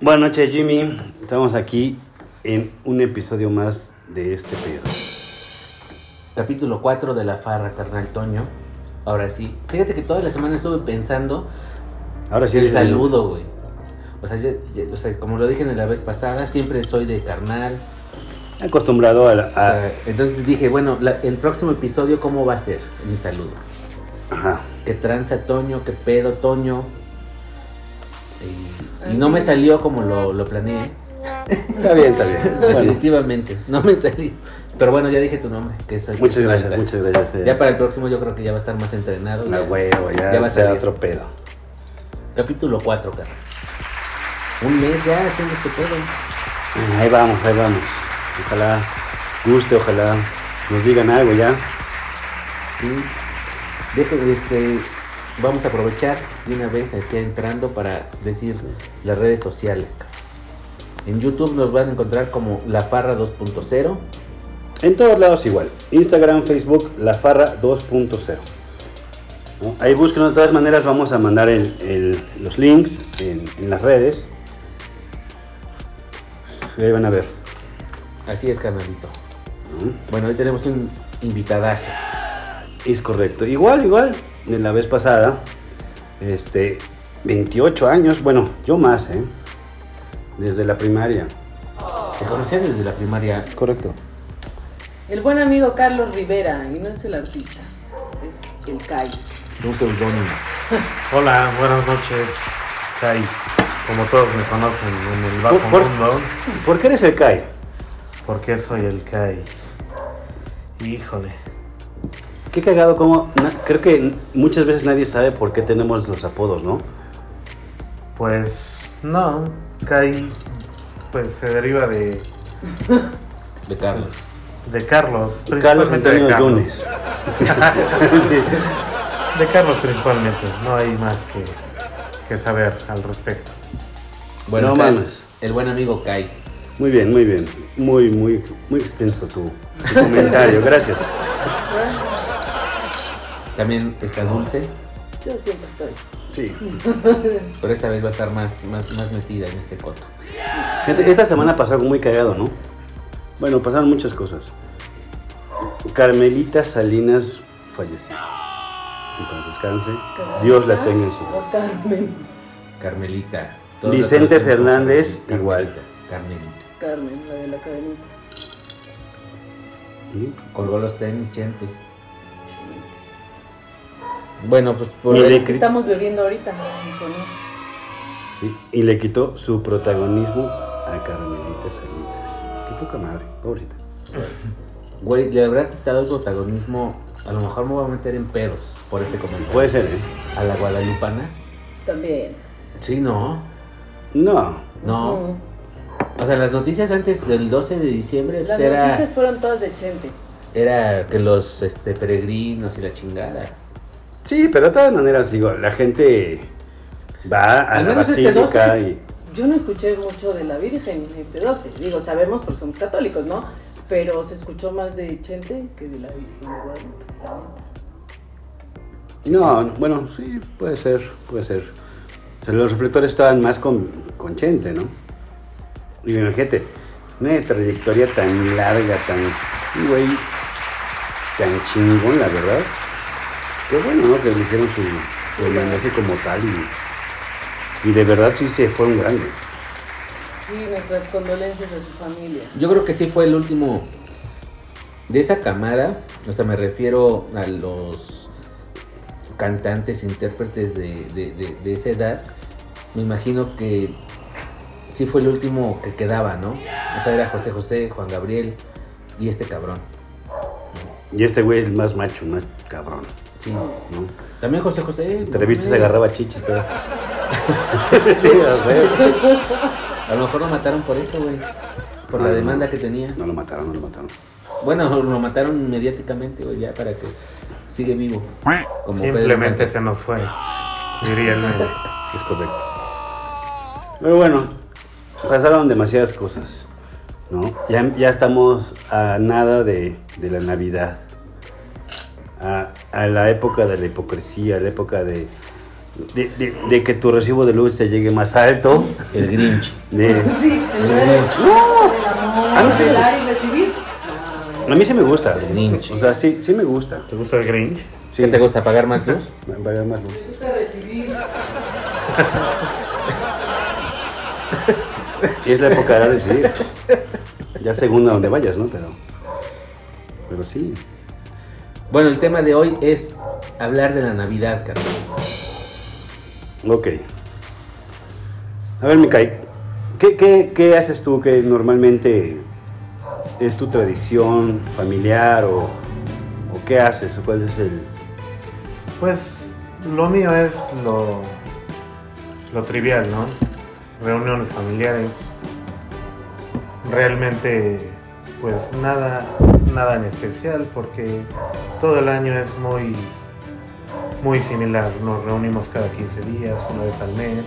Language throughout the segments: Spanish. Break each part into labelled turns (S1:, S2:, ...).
S1: Buenas noches, Jimmy. Estamos aquí en un episodio más de este pedo.
S2: Capítulo 4 de la farra, carnal Toño. Ahora sí. Fíjate que toda la semana estuve pensando
S1: Ahora sí
S2: el
S1: eres el-
S2: saludo, güey. O sea, ya- ya- o sea, como lo dije en la vez pasada, siempre soy de carnal.
S1: acostumbrado a, la-
S2: O
S1: a-
S2: sea, entonces dije, bueno, la- el próximo episodio, ¿cómo va a ser mi saludo?
S1: ajá.
S2: ¿Qué tranza, Toño? ¿Qué pedo, Toño? Y, y no me salió como lo, lo planeé.
S1: Está bien, está bien. Bueno,
S2: Definitivamente, no me salió. Pero bueno, ya dije tu nombre. Que soy
S1: muchas gracias, muchas gracias. eh.
S2: Ya para el próximo yo creo que ya va a estar más entrenado.
S1: Ah,
S2: ya.
S1: huevo, ya,
S2: Ya va a
S1: será
S2: salir.
S1: otro pedo.
S2: Capítulo 4, cara. Un mes ya haciendo este pedo.
S1: Ah, Ahí vamos, ahí vamos. Ojalá guste, ojalá nos digan algo ya.
S2: Sí. Deje, este, vamos a aprovechar de una vez aquí entrando para decir las redes sociales. cara. En YouTube nos van a encontrar como La Farra 2.0.
S1: En todos lados igual. Instagram, Facebook, La Farra 2.0. ¿no? Ahí búsquenos. De todas maneras vamos a mandar el- el- los links en, en las redes. Y ahí van a ver.
S2: Así es, canalito.
S1: ¿no?
S2: Bueno, hoy tenemos un invitadazo.
S1: Es correcto. Igual, igual. De la vez pasada. Este, 28 años. Bueno, yo más, ¿eh? Desde la primaria.
S2: Se conocían desde la primaria.
S1: Correcto.
S3: El buen amigo Carlos Rivera, y no es el artista, es el Kai.
S2: Es un seudónimo.
S4: Hola, buenas noches. Kai, como todos me conocen en el bajo
S1: Por- por-
S4: mundo,
S1: ¿Por qué eres el CAI?
S4: ¿por qué soy el Kai? Híjole.
S1: Qué cagado, como. na- creo que n- muchas veces nadie sabe por qué tenemos los apodos, ¿no?
S4: Pues no, Kai pues se deriva de,
S2: De Carlos.
S4: de Carlos,
S1: Carlos
S4: principalmente
S1: Antonio Yunes.
S4: de Carlos. De Carlos principalmente, no hay más que, que saber al respecto.
S2: Bueno,
S1: No
S2: está el-
S1: mames.
S2: el buen amigo Kai.
S1: Muy bien, muy bien. Muy, muy, muy extenso tu, tu comentario. Gracias.
S3: Ah,
S2: También está Dulce,
S3: Yo siempre estoy.
S1: Sí.
S2: pero esta vez va a estar más, más, más metida en este coto.
S1: Gente, esta semana pasó algo muy cagado, ¿no? Bueno, pasaron muchas cosas. Carmelita Salinas falleció. En paz descanse. Dios la tenga en su
S3: Ah, Carmen,
S2: Carmelita.
S1: Vicente
S2: Todos la conocen como
S1: Fernández,
S2: Carmelita,
S1: igual.
S2: Carmelita.
S3: Carmen, la de la cadenita.
S2: Colgó los tenis, gente. Bueno, pues por
S1: Y
S3: Por
S1: le
S3: eso
S1: cri-
S3: estamos bebiendo ahorita, en su honor.
S1: Sí, Y le quitó su protagonismo a Carmelita Salinas. Qué poca madre, pobrecita.
S2: güey, le habrá quitado el protagonismo. A lo mejor me voy a meter en pedos por este comentario.
S1: Puede ser, ¿eh?
S2: ¿A la guadalupana?
S3: También.
S2: Sí, no.
S1: No.
S2: No. O sea, las noticias antes del 12 de diciembre
S3: Mm.
S2: pues,
S3: Las
S2: era,
S3: noticias fueron todas de Chente.
S2: era que los este, peregrinos y la chingada.
S1: Sí, pero de todas maneras, digo, la gente va a
S2: Al
S1: la
S2: menos este
S1: basílica
S2: 12.
S1: y.
S3: Yo no escuché mucho de la Virgen este 12. Digo, sabemos porque somos católicos, ¿no? Pero se escuchó más de Chente que de la Virgen de Guadalupe. la neta.
S1: No, no, bueno, sí, puede ser, puede ser. O sea, los reflectores estaban más con, con Chente, ¿no? Y imagínate, una trayectoria tan larga, tan, güey, tan chingón, la verdad. Qué bueno, ¿no? Que eligieron su, su homenaje como tal y, y de verdad sí se fue un grande.
S3: Sí, nuestras condolencias a su familia.
S2: Yo creo que sí fue el último de esa camada. O sea, me refiero a los cantantes, intérpretes de, de- de- de esa edad. Me imagino que sí fue el último que quedaba, ¿no? O sea, era José José, Juan Gabriel y este cabrón.
S1: Y este güey es el más macho, más cabrón,
S2: Sí.
S1: ¿no?
S2: También José José. no
S1: Entrevistas
S2: mames.
S1: agarraba chichis, todo. Sí, a ver.
S2: A lo mejor lo mataron por eso, güey. Por la
S1: Ah, no.
S2: demanda que tenía.
S1: No lo mataron, no lo mataron.
S2: Bueno, lo mataron mediáticamente, güey, ya para que sigue vivo. Como Pedro
S4: Simplemente
S2: Infante.
S4: se nos fue, diría el meme.
S1: Es correcto. Pero bueno, pasaron demasiadas cosas, ¿no? Ya, ya estamos a nada de, de la Navidad, a, a la época de la hipocresía, a la época de, de, de- de que tu recibo de luz te llegue más alto.
S2: El Grinch.
S1: de-
S3: Sí, el derecho del amor,
S1: Ah, no sé.
S3: dar y recibir.
S1: a mí sí me gusta.
S2: El Grinch.
S1: O sea, sí, sí me gusta.
S4: ¿Te gusta el Grinch?
S1: Sí.
S2: ¿Qué te gusta? ¿Pagar más luz?
S1: Me paga más luz.
S3: Me gusta recibir.
S1: Y es la época de decidir. Ya según a donde vayas, ¿no? Pero. Pero sí.
S2: Bueno, el tema de hoy es hablar de la Navidad, Carlos.
S1: Ok. A ver, Mikai, ¿qué, qué, qué haces tú que normalmente es tu tradición familiar o, o qué haces? o ¿Cuál es el...?
S4: Pues lo mío es lo, lo trivial, ¿no? Reuniones familiares. Realmente, pues nada, nada en especial porque todo el año es muy, muy similar. Nos reunimos cada 15 días, una vez al mes.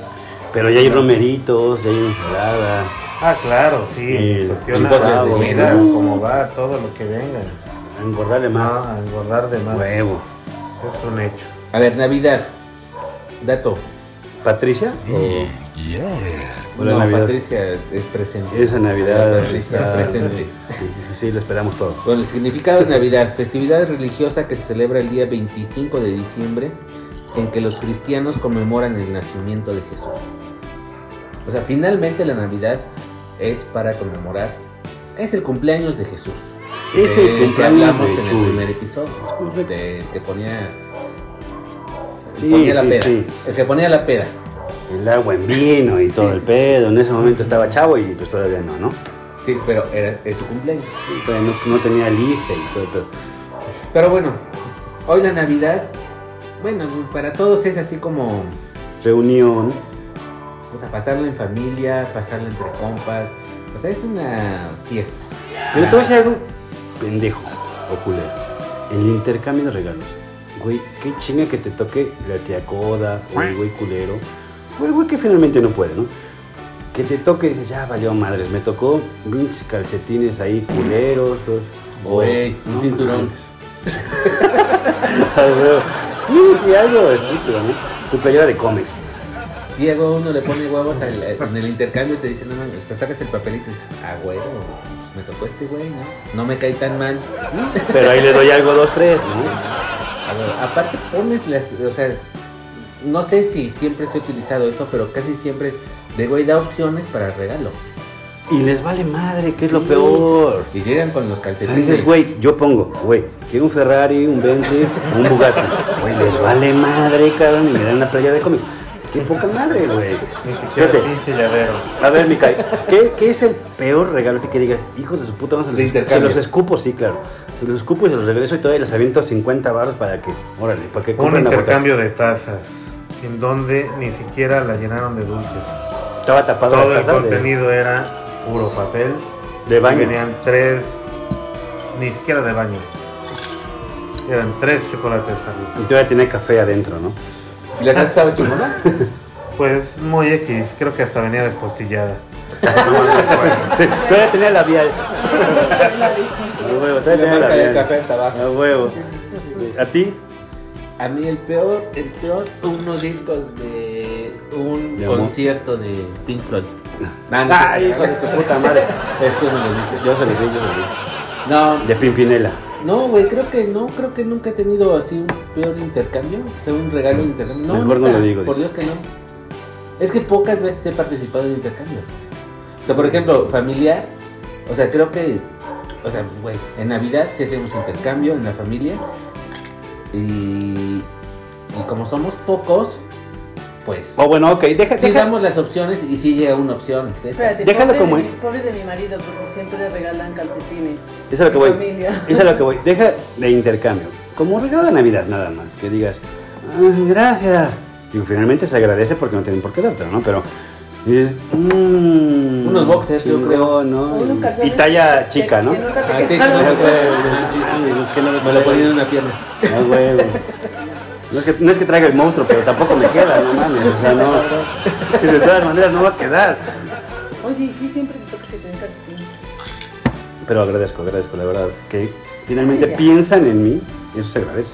S1: Pero ya hay romeritos, ya hay ensalada.
S4: Ah, claro, sí.
S1: Y
S4: cuestión
S2: los
S4: a- a
S2: botes de
S4: comida,
S2: comida.
S4: cómo va, todo lo que venga.
S1: A engordarle "Uh". más.
S4: Ah, engordar de más.
S1: Huevo.
S4: Es un hecho.
S2: A ver, Navidad. Dato.
S1: ¿Patricia? ¿O, o la
S2: no,
S1: Navidad?
S2: Patricia es presente.
S1: Esa Navidad
S2: Patricia
S1: está-
S2: presente.
S1: Sí, sí, sí, la esperamos todos.
S2: Bueno, el significado de Navidad, festividad religiosa que se celebra el día 25 de diciembre, en que los cristianos conmemoran el nacimiento de Jesús. O sea, finalmente la Navidad es para conmemorar, es el cumpleaños de Jesús.
S1: Es
S2: Del
S1: el
S2: que
S1: cumpleaños
S2: hablamos
S1: de
S2: en el
S1: Chuy.
S2: primer episodio,
S1: correcto.
S2: de- que ponía,
S1: Sí,
S2: ponía la
S1: sí,
S2: peda,
S1: sí.
S2: el que ponía la peda.
S1: El agua en vino y todo el pedo. En ese momento estaba chavo y pues todavía no, ¿no?
S2: Sí, pero era, es su cumpleaños.
S1: Todavía no, no tenía life y todo el pedo.
S2: Pero bueno, hoy la Navidad, bueno, para todos es así como
S1: Reunión.
S2: Puta, pasarlo en familia, pasarlo entre compas. O sea, es una fiesta.
S1: Pero te voy a decir algo pendejo o culero. El intercambio de regalos. Güey, qué chinga que te toque la tía coda o el güey culero. O el güey que finalmente no puede, ¿no? Que te toque y dices, ya valió madres, me tocó pinches calcetines ahí culeros. los- o-
S2: Güey, un
S1: no
S2: cinturón.
S1: mames. Ay, güey. sí, sí, algo estúpido, ¿no? Tu playera de cómics.
S2: Si a huevo uno le pone huevos al- eh, en el intercambio y te dicen, no mames, o sea, sacas el papelito y dices, ah, huevo, pues me tocó este güey, ¿no? No me cae tan mal.
S1: Pero ahí le doy algo, dos, tres, ¿no?
S2: A huevo. aparte pones las, o sea, no sé si siempre se ha utilizado eso, pero casi siempre es de güey, da opciones para regalo.
S1: Y les vale madre, que es lo
S2: Sí.
S1: peor.
S2: Y llegan con los
S1: O sea,
S2: calcetines.
S1: dices, güey, yo pongo, güey, quiero un Ferrari, un Bentley, un Bugatti. Güey, les vale madre, cabrón, y me dan una playera de cómics. Qué poca madre, güey.
S4: Ni siquiera el
S1: Fíjate,
S4: pinche llavero.
S1: a ver, Mikai, ¿qué, qué es el peor regalo? Así que digas, hijos de su puta, vamos a los,
S2: De
S1: se
S2: intercambio.
S1: los escupo, sí, claro. Se los escupo y se los regreso y todavía les aviento 50 baros para que, órale, para que
S4: Un
S1: compren la
S4: intercambio de tazas, en donde ni siquiera la llenaron de dulces.
S1: botella. Estaba tapado
S4: Todo
S1: la
S4: el
S1: taza de,
S4: contenido era puro papel.
S1: de
S4: Y
S1: baño.
S4: Venían tres, ni siquiera de baño. Eran tres chocolates arriba.
S1: Y todavía tenía café adentro, ¿no?
S2: ¿Y la casa estaba chingona?
S4: Pues muy X, creo que hasta venía despostillada.
S1: todavía tenía labial. A huevo, todavía
S2: La
S1: tenía
S2: marca del café
S1: labial.
S2: hasta abajo.
S1: A huevo. ¿A ti?
S2: A mí el peor, el peor, unos discos de un
S1: De amor.
S2: concierto de Pink Floyd. No, no,
S1: Ay, hijo de su puta madre.
S2: Esto me los diste.
S1: Yo se los di, yo se los di.
S2: No,
S1: De Pimpinela.
S2: no, güey, creo que no, creo que nunca he tenido así un peor intercambio, o sea, un regalo de intercambio. No,
S1: Mejor no
S2: neta,
S1: lo digo,
S2: Por
S1: dices.
S2: Dios que no. Es que pocas veces he participado en intercambios. O sea, por ejemplo, familiar, o sea, creo que, o sea, güey, en Navidad sí hacemos intercambio en la familia y, y como somos pocos, pues...
S1: Oh, bueno, ok, deja,
S2: Sí
S1: deja-
S2: damos las opciones y sí llega una opción. de esas.
S3: Espérate,
S1: Déjalo
S3: pobre
S1: como
S3: de
S1: es.
S3: mi- Pobre de mi marido, porque siempre le regalan calcetines.
S1: Es a lo que voy.
S3: Familia.
S1: Es a lo que voy. Deja de intercambio. Como regalo de Navidad, nada más. Que digas, "Ah, gracias. Y finalmente se agradece porque no tienen por qué dártelo, ¿no? Pero. dices, "Mm,
S2: Unos boxers, yo
S1: chingón,
S2: creo.
S1: ¿no?
S3: Unos
S1: Y
S3: calzones
S1: talla
S3: que-
S1: chica, ¿no?
S3: que nunca te
S2: Ah, sí,
S3: quedaron.
S2: que
S1: Ah,
S2: no-
S1: huevo,
S2: Sí, sí, sí.
S1: es que no
S2: Me lo ponían en una pierna.
S1: Ah, huevo. No es, que, no es que traiga el monstruo, pero tampoco me queda, no mames. O sea, no. De todas maneras no va a quedar.
S3: Oye, y sí, siempre te toca que te den calcetines.
S1: Pero agradezco, agradezco, la verdad, que finalmente
S3: Ay, ya.
S1: piensan en mí y eso se agradece.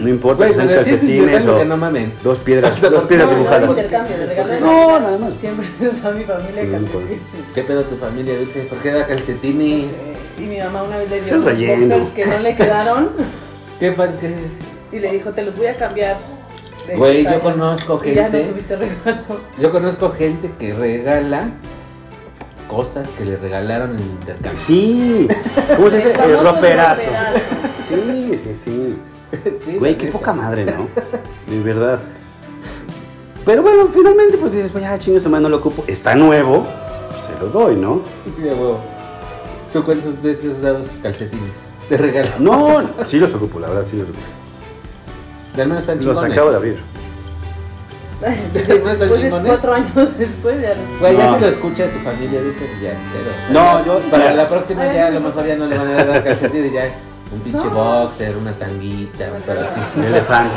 S1: No importa
S2: Güey,
S1: que sean
S2: pero sí es
S1: calcetines
S2: intercambio,
S1: o
S2: que no mamen.
S1: dos piedras,
S2: Hasta
S1: dos
S2: los
S1: piedras
S2: no,
S3: No,
S1: dibujadas.
S3: intercambio, le regalé
S1: No, nada más.
S3: Siempre a mi familia
S1: Mm,
S3: calcetines.
S2: ¿Qué pedo tu familia, Dulce? ¿Por qué da calcetines?
S3: Y mi mamá una vez le dio
S1: Seas
S3: unos
S1: relleno.
S3: boxers que no le quedaron
S2: ¿Qué parte?
S3: y le dijo, te los voy a cambiar. de
S2: Güey, yo
S3: talla".
S2: conozco
S3: Y ya no
S2: gente.
S3: tuviste regalo.
S2: Yo conozco gente que regala cosas que le regalaron en el intercambio.
S1: Sí. ¿Cómo se dice?
S3: El famoso
S1: El Pues eh, roperazo.
S3: roperazo.
S1: Sí, sí, sí.
S2: Sí,
S1: Güey,
S2: la
S1: qué
S2: neta.
S1: poca madre, ¿no? De verdad. Pero bueno, finalmente pues dices, pues ya chingue su madre, no lo ocupo. Está nuevo, pues, se lo doy, ¿no?
S2: Sí, de huevo. ¿Tú cuántas veces has dado esos calcetines? De regalo.
S1: No, sí los ocupo, la verdad, sí los ocupo.
S2: De al menos están
S1: Los
S2: chingones.
S1: acabo de abrir.
S2: ¿No están
S3: Después de
S2: chingones?
S3: cuatro años después ya no.
S2: Güey, ya
S1: No.
S2: se lo escucha tu familia, Dulce, pues ya. pero, o sea,
S1: No,
S2: ya,
S1: yo-
S2: Para
S1: mira.
S2: la próxima
S3: Ay,
S2: ya a
S3: no.
S2: lo mejor ya no le van a dar calcetines, ya. Un pinche
S3: No.
S2: boxer, una tanguita, un pedo así.
S1: De elefante,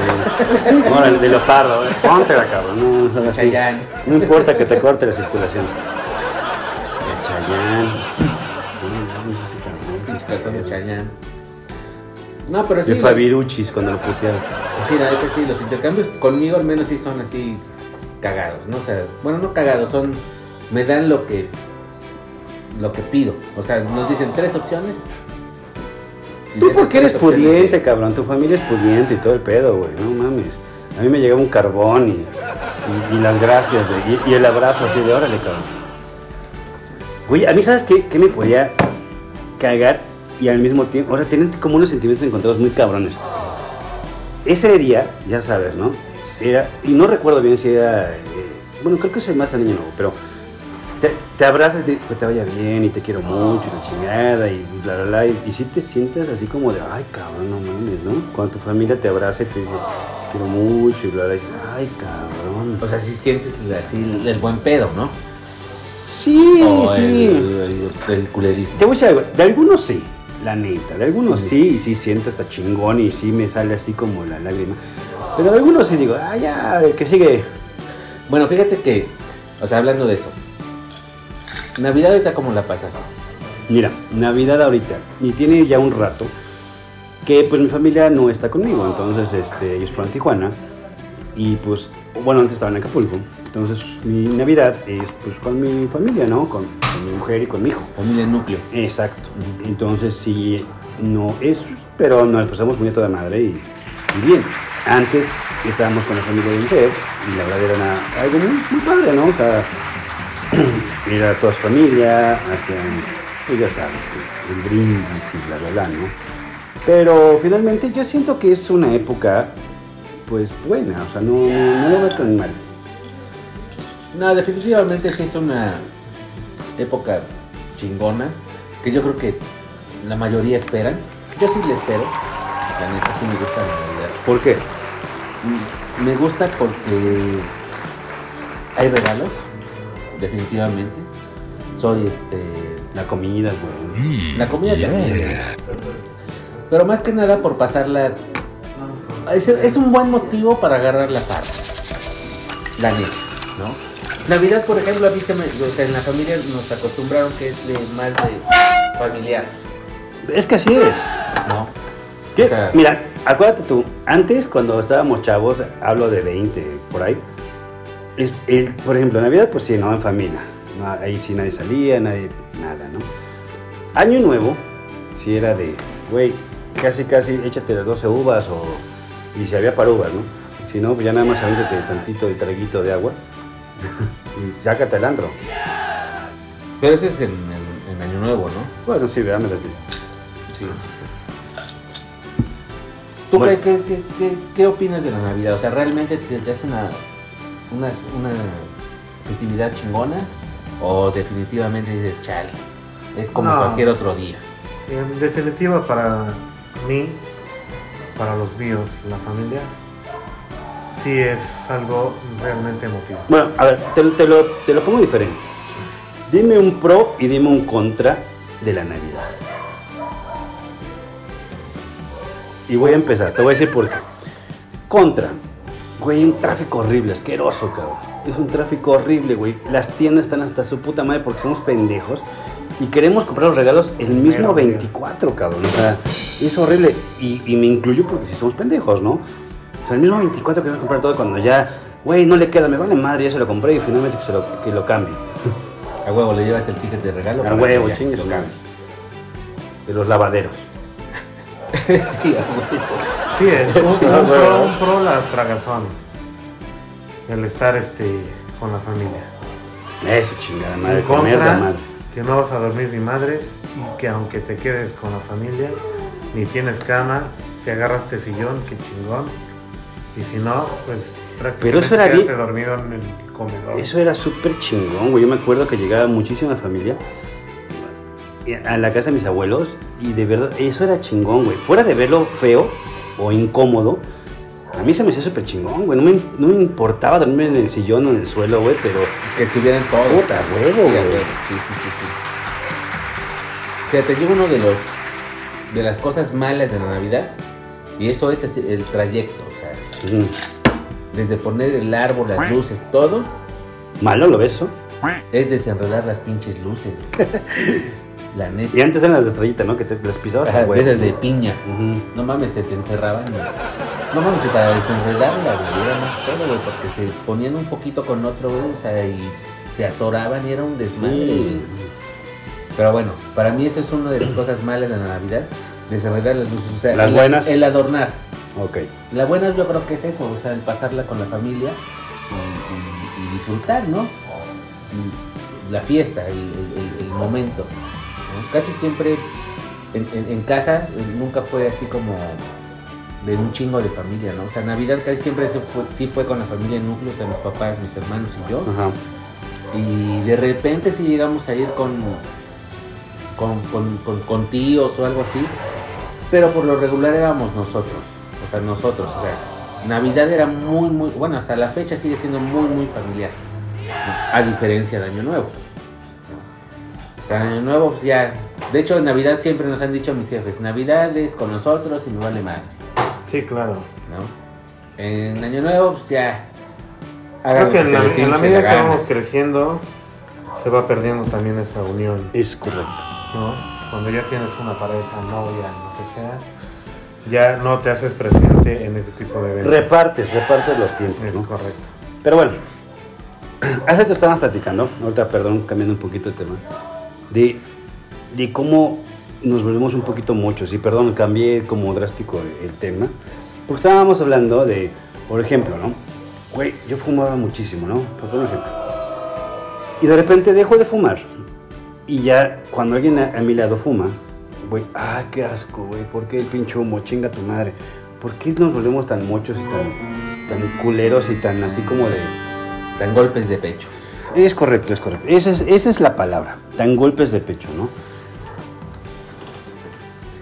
S1: ¿no? Órale, de leopardo, ¿eh? Póntela, cabrón. No, no, ahora sí.
S2: Chayán.
S1: No importa que te corte la circulación. De Chayán. No, no, no, ese cabrón.
S2: Pinche calzón de Chayán. No, pero sí.
S1: De
S2: la-
S1: Fabiruchis cuando lo putearon.
S2: Sí, la neta sí, los intercambios conmigo al menos sí son así cagados, ¿no? O sea, bueno, no cagados, son. Me dan lo que. Lo que pido. O sea, nos dicen tres opciones. Y de
S1: Tú
S2: esas
S1: porque
S2: tres
S1: eres
S2: opciones,
S1: pudiente, cabrón. Tu familia es pudiente y todo el pedo, güey. No mames. A mí me llegaba un carbón y, y- y las gracias güey, y, y el abrazo así de órale, cabrón. Güey, a mí, ¿sabes qué? ¿Qué me podía cagar y al mismo tiempo? Ahora tienen como unos sentimientos encontrados muy cabrones. Ese día, ya sabes, ¿no? Era, y no recuerdo bien si era. eh, bueno, creo que es el más al niño nuevo, pero te, te abrazas y te, que te vaya bien y te quiero mucho y la chingada y bla bla bla y, y si te sientes así como de ay cabrón no mames no cuando tu familia te abraza y te dice quiero mucho y bla bla y dices, ay
S2: O
S1: cabrón
S2: sea, sí sientes así el, el buen pedo, ¿no?
S1: sí
S2: O el-
S1: sí
S2: El, el culerismo.
S1: te voy a decir algo de algunos sí la neta de algunos sí y sí siento hasta chingón y sí me sale así como la lágrima pero de algunos sí digo ah ya el que sigue
S2: Bueno, fíjate que. O sea, hablando de eso. Navidad ahorita como la pasas.
S1: Mira, Navidad ahorita, y tiene ya un rato, que pues mi familia no está conmigo, entonces este, ellos fueron a Tijuana, y pues, bueno, antes estaban en Acapulco, entonces mi Navidad es pues con mi familia, ¿no? Con, con mi mujer y con mi hijo.
S2: Familia núcleo.
S1: Exacto, entonces sí, no es, pero nos la pasamos muy a toda madre y, y bien. Antes estábamos con la familia de mi mujer, y la verdad era una- algo muy, muy padre, ¿no? O sea, ir a toda su familia, hacían, pues ya sabes, el brindis y bla, bla, bla, ¿no? Pero finalmente yo siento que es una época, pues buena, o sea, no, no lo veo tan mal.
S2: No, definitivamente sí es una época chingona que yo creo que la mayoría esperan. Yo sí le espero. La neta sí me gusta la Navidad.
S1: ¿Por qué?
S2: Mm, Me gusta porque hay regalos, definitivamente. Soy este.
S1: La comida, güey.
S2: La comida también. Pero más que nada por pasarla. Es, es un buen motivo para agarrar la paz. La neta, ¿no? Navidad, por ejemplo, a mí se me- o sea, en la familia nos acostumbraron que es de más de familiar,
S1: Es que así es.
S2: ¿no?
S1: ¿Qué?
S2: O sea,
S1: Mira, acuérdate tú, antes cuando estábamos chavos, hablo de 20, por ahí, es- el- por ejemplo, Navidad, pues sí, ¿no? En familia. No, ahí sí nadie salía, nadie, nada, ¿no? Año Nuevo, sí era de, güey, casi, casi, échate las 12 uvas o... Y si había para uvas, ¿no? Si no, pues ya nada más aviéntate tantito el traguito de agua y sácate el antro.
S2: pero eso es en, en- en Año Nuevo, ¿no?
S1: Bueno, sí, veámoslo bien.
S2: Sí, sí, sí. ¿Tú
S1: Bueno.
S2: qué, qué- qué- qué- qué opinas de la Navidad? O sea, ¿realmente te, te hace una, una, una festividad chingona? ¿O definitivamente dices, chale, es como
S4: No.
S2: cualquier otro día?
S4: En definitiva, para mí, para los míos, la familia, sí es algo realmente emotivo.
S1: Bueno, a ver, te, te lo, te lo pongo diferente. Dime un pro y dime un contra de la Navidad. Y voy a empezar, te voy a decir por qué. Contra. Güey, hay un tráfico horrible, asqueroso, cabrón. Es un tráfico horrible, güey. Las tiendas están hasta su puta madre porque somos pendejos y queremos comprar los regalos el mismo
S4: Pero,
S1: 24, cabrón. O sea, es horrible. Y, y me incluyo porque si somos pendejos, ¿no? O sea, el mismo 24 queremos comprar todo cuando ya, güey, no le queda, me vale madre, ya se lo compré y finalmente que, se lo, que lo cambie.
S2: A huevo, le llevas el ticket de regalo.
S1: A
S2: para
S1: huevo,
S2: que ya
S1: chingue
S2: lo
S1: su madre.
S2: cambie.
S1: De los lavaderos.
S2: sí, a huevo.
S4: Sí, es un,
S1: Sí,
S4: un
S1: no,
S4: pro,
S1: bueno.
S4: un pro la tragazón. El estar este con la familia.
S1: Eso, chingada madre,
S4: en
S1: con mierda
S4: contra,
S1: madre.
S4: que no vas a dormir ni madres y que aunque te quedes con la familia, ni tienes cama, si agarras este sillón, qué chingón. Y si no, pues prácticamente
S1: Pero eso era
S4: quédate
S1: bien-
S4: dormido en el comedor.
S1: Eso era súper chingón, güey. Yo me acuerdo que llegaba muchísima familia a la casa de mis abuelos y de verdad, eso era chingón, güey. Fuera de verlo feo o incómodo, a mí se me hacía súper chingón, güey. No me, no me importaba dormir en el sillón o en el suelo, güey, pero
S2: Que tuvieran todos.
S1: Puta, huevo,
S2: Sí, a
S1: güey.
S2: Sí, sí, sí, sí. Fíjate, yo uno de los de las cosas malas de la Navidad y eso es así, el trayecto, o sea,
S1: mm,
S2: desde poner el árbol, las luces, todo,
S1: malo lo ves eso.
S2: es desenredar las pinches luces. güey. la neta.
S1: Y antes eran las de estrellita, ¿no? Que te las pisabas
S2: Ajá,
S1: a
S2: de
S1: huevo.
S2: esas de piña.
S1: Ujú.
S2: No mames, se te enterraban. güey. No mames, y para desenredarla, güey, era más todo, güey, porque se ponían un foquito con otro, güey, o sea, y se atoraban y era un desmadre. güey. Pero bueno, para mí eso es una de las cosas malas de la Navidad, desenredar las luces, o sea,
S1: Las
S2: el,
S1: buenas.
S2: el adornar.
S1: Ok.
S2: La buena yo creo que es eso, o sea, el pasarla con la familia y, y- y disfrutar, ¿no? Y La fiesta, el, el- el- el momento. ¿no? Casi siempre en, en- en casa eh, nunca fue así como de un chingo de familia, ¿no? O sea, Navidad casi siempre se fue- sí fue con la familia en núcleo, o sea, mis papás, mis hermanos y yo.
S1: Ajá.
S2: Y de repente si llegamos a ir con con, con, con- con tíos o algo así. Pero por lo regular éramos nosotros. O sea, nosotros. O sea, Navidad era muy, muy... Bueno, hasta la fecha sigue siendo muy, muy familiar. ¿no? A diferencia de Año Nuevo. ¿no? O sea, Año Nuevo pues ya... De hecho, en Navidad siempre nos han dicho mis jefes, Navidad es con nosotros y me vale madre.
S4: Sí, claro.
S2: ¿no? En Año Nuevo pues ya... hagan
S4: Creo
S2: lo
S4: que en
S2: se
S4: la,
S2: les
S4: en la
S2: hinche la
S4: medida que
S2: gana.
S4: vamos creciendo, se va perdiendo también esa unión.
S1: Es correcto.
S4: ¿no? Cuando ya tienes una pareja, novia, lo que sea, ya no te haces presente en ese tipo de eventos.
S1: Repartes, repartes los tiempos,
S4: es
S1: ¿no?
S4: correcto.
S1: Pero bueno, hace rato estábamos platicando, ahorita perdón, cambiando un poquito de tema, de, de cómo nos volvemos un poquito muchos. Y perdón, cambié como drástico el, el tema. Porque estábamos hablando de, por ejemplo, ¿no? Güey, yo fumaba muchísimo, ¿no? Por poner un ejemplo. Y de repente dejo de fumar. Y ya cuando alguien a, a mi lado fuma, güey, ah, qué asco, güey, ¿por qué el pinche humo? Chinga tu madre. ¿Por qué nos volvemos tan mochos y tan, tan culeros y tan así como de...
S2: Dan golpes de pecho.
S1: Es correcto, es correcto. Esa es, esa es la palabra. Tan golpes de pecho, ¿no?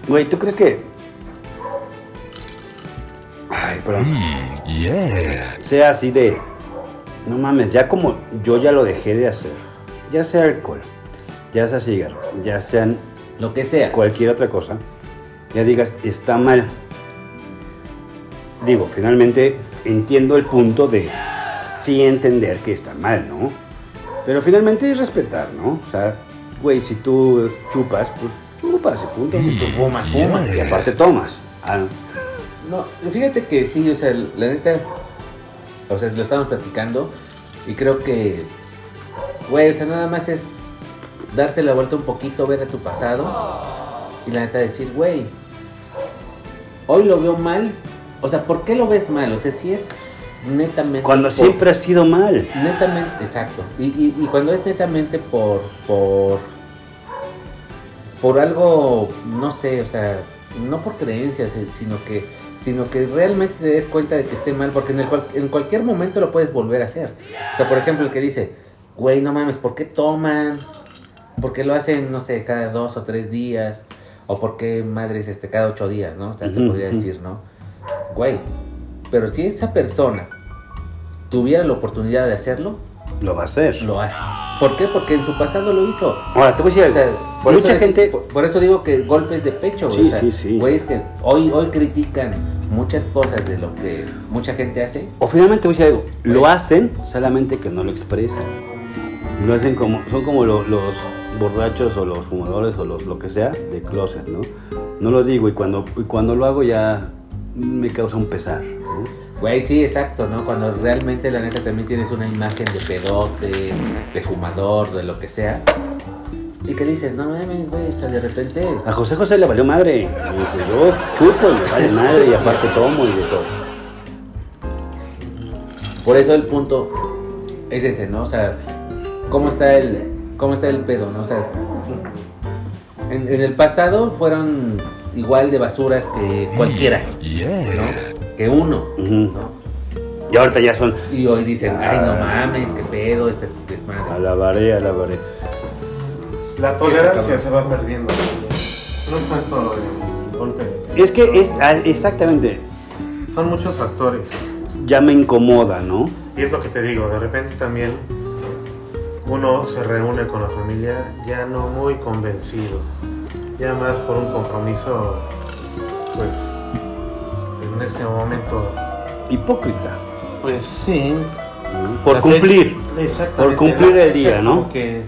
S1: Güey, ¿tú crees que... Ay, perdón. Sea así de... No mames, ya como yo ya lo dejé de hacer. Ya sea alcohol, ya sea cigarro, ya sean
S2: Lo que sea.
S1: cualquier otra cosa, ya digas, está mal. Digo, finalmente entiendo el punto de sí entender que está mal, ¿no? Pero finalmente es respetar, ¿no? O sea, güey, si tú chupas, pues chupas y punto. Si tú
S2: fumas, fumas.
S1: fumas, y aparte tomas. Ah, no.
S2: No, fíjate que sí, o sea, la neta, o sea, lo estamos platicando y creo que, güey, o sea, nada más es darse la vuelta un poquito, ver a tu pasado y la neta decir, güey, hoy lo veo mal, o sea, ¿por qué lo ves mal? O sea, si es netamente...
S1: Cuando
S2: por-
S1: siempre ha sido mal.
S2: Netamente, exacto. Y, y- y cuando es netamente por, por, por algo, no sé, o sea, no por creencias, eh, sino que, sino que realmente te des cuenta de que esté mal, porque en, el cual- en cualquier momento lo puedes volver a hacer. O sea, por ejemplo, el que dice, güey, no mames, ¿por qué toman? ¿Por qué lo hacen, no sé, cada dos o tres días? ¿O por qué, madres, este, cada ocho días, no? O sea, se
S1: Ujú,
S2: podría
S1: ujú.
S2: decir, ¿no? Güey, pero si esa persona tuviera la oportunidad de hacerlo,
S1: Lo va a hacer.
S2: lo hace. ¿Por qué? Porque en su pasado lo hizo.
S1: Ahora, te voy a decir
S2: O sea,
S1: algo.
S2: por
S1: Mucha
S2: eso deci-
S1: gente...
S2: por, por eso digo que golpes de pecho, güey.
S1: Sí,
S2: o sea,
S1: sí, sí.
S2: güeyes que hoy, hoy critican muchas cosas de lo que mucha gente hace.
S1: O finalmente voy a decir algo, lo hacen solamente que no lo expresan. Lo hacen como, son como lo- los borrachos o los fumadores o los lo que sea de closet, ¿no? No lo digo y cuando, y cuando lo hago ya me causa un pesar, ¿no?
S2: Güey, sí, exacto, ¿no? Cuando realmente la neta también tienes una imagen de pedote, de fumador, de lo que sea. Y que dices, no mames, güey, o sea, de repente.
S1: A José José le valió madre. Y pues yo chupo y me vale madre y aparte tomo y de todo.
S2: Por eso el punto es ese, ¿no? O sea, ¿cómo está el, cómo está el pedo, no? O sea, en, en el pasado fueron igual de basuras que cualquiera, ¿no? Que uno,
S1: Ujú.
S2: ¿no?
S1: Y ahorita ya son.
S2: Y hoy dicen, ay, no
S1: Ah.
S2: mames, qué pedo, este desmadre.
S1: Alabaré, alabaré.
S4: La tolerancia se va perdiendo. No es tanto el golpe.
S1: Es que es ah, exactamente.
S4: Son muchos factores.
S1: Ya me incomoda, ¿no?
S4: Y es lo que te digo, de repente también uno se reúne con la familia ya no muy convencido, ya más por un compromiso, pues, en este momento,
S1: Hipócrita.
S4: pues sí.
S1: ¿no? Por cumplir. Por cumplir el día, ¿no?
S4: Que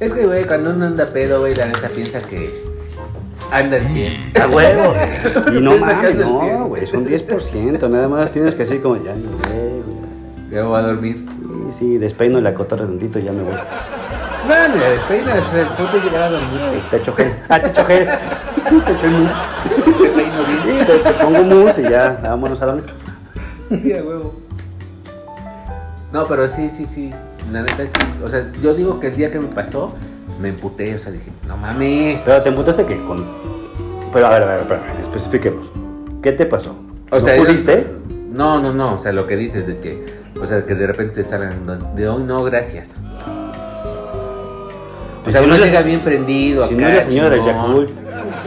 S2: Es que, güey, cuando uno anda pedo, güey, la neta piensa que anda al 100.
S1: Mm, ¡A huevo! Y no
S2: Te sacas
S1: mames,
S2: del cien.
S1: no, güey, son 10%. Nada más tienes que así como, ya me voy,
S2: Ya me voy a dormir.
S1: güey. Sí, sí, despeino la cotorra tantito y ya me voy.
S2: No, ni la despeinas, el punto es llegar a dormir.
S1: Te echo gel. Ah, te echo gel. Te echo el mousse.
S2: Te peino bien.
S1: Sí, te, te pongo mousse y ya, vámonos a dormir.
S2: Sí, a huevo. No, pero sí, sí, sí. La neta sí. O sea, yo digo que el día que me pasó, me emputé. O sea, dije, no mames.
S1: Pero te emputaste que con... Pero a ver, a ver, espérame, especifiquemos. ¿Qué te pasó?
S2: O sea,
S1: ¿No
S2: yo-
S1: pudiste?
S2: No, no, no. O sea, lo que dices de que. O sea, que de repente salgan de hoy, no, gracias. O
S1: Pues
S2: sea,
S1: si no
S2: uno
S1: es la-
S2: llega bien prendido.
S1: Si
S2: acá,
S1: no es la señora del
S2: chingón,
S1: Yakult,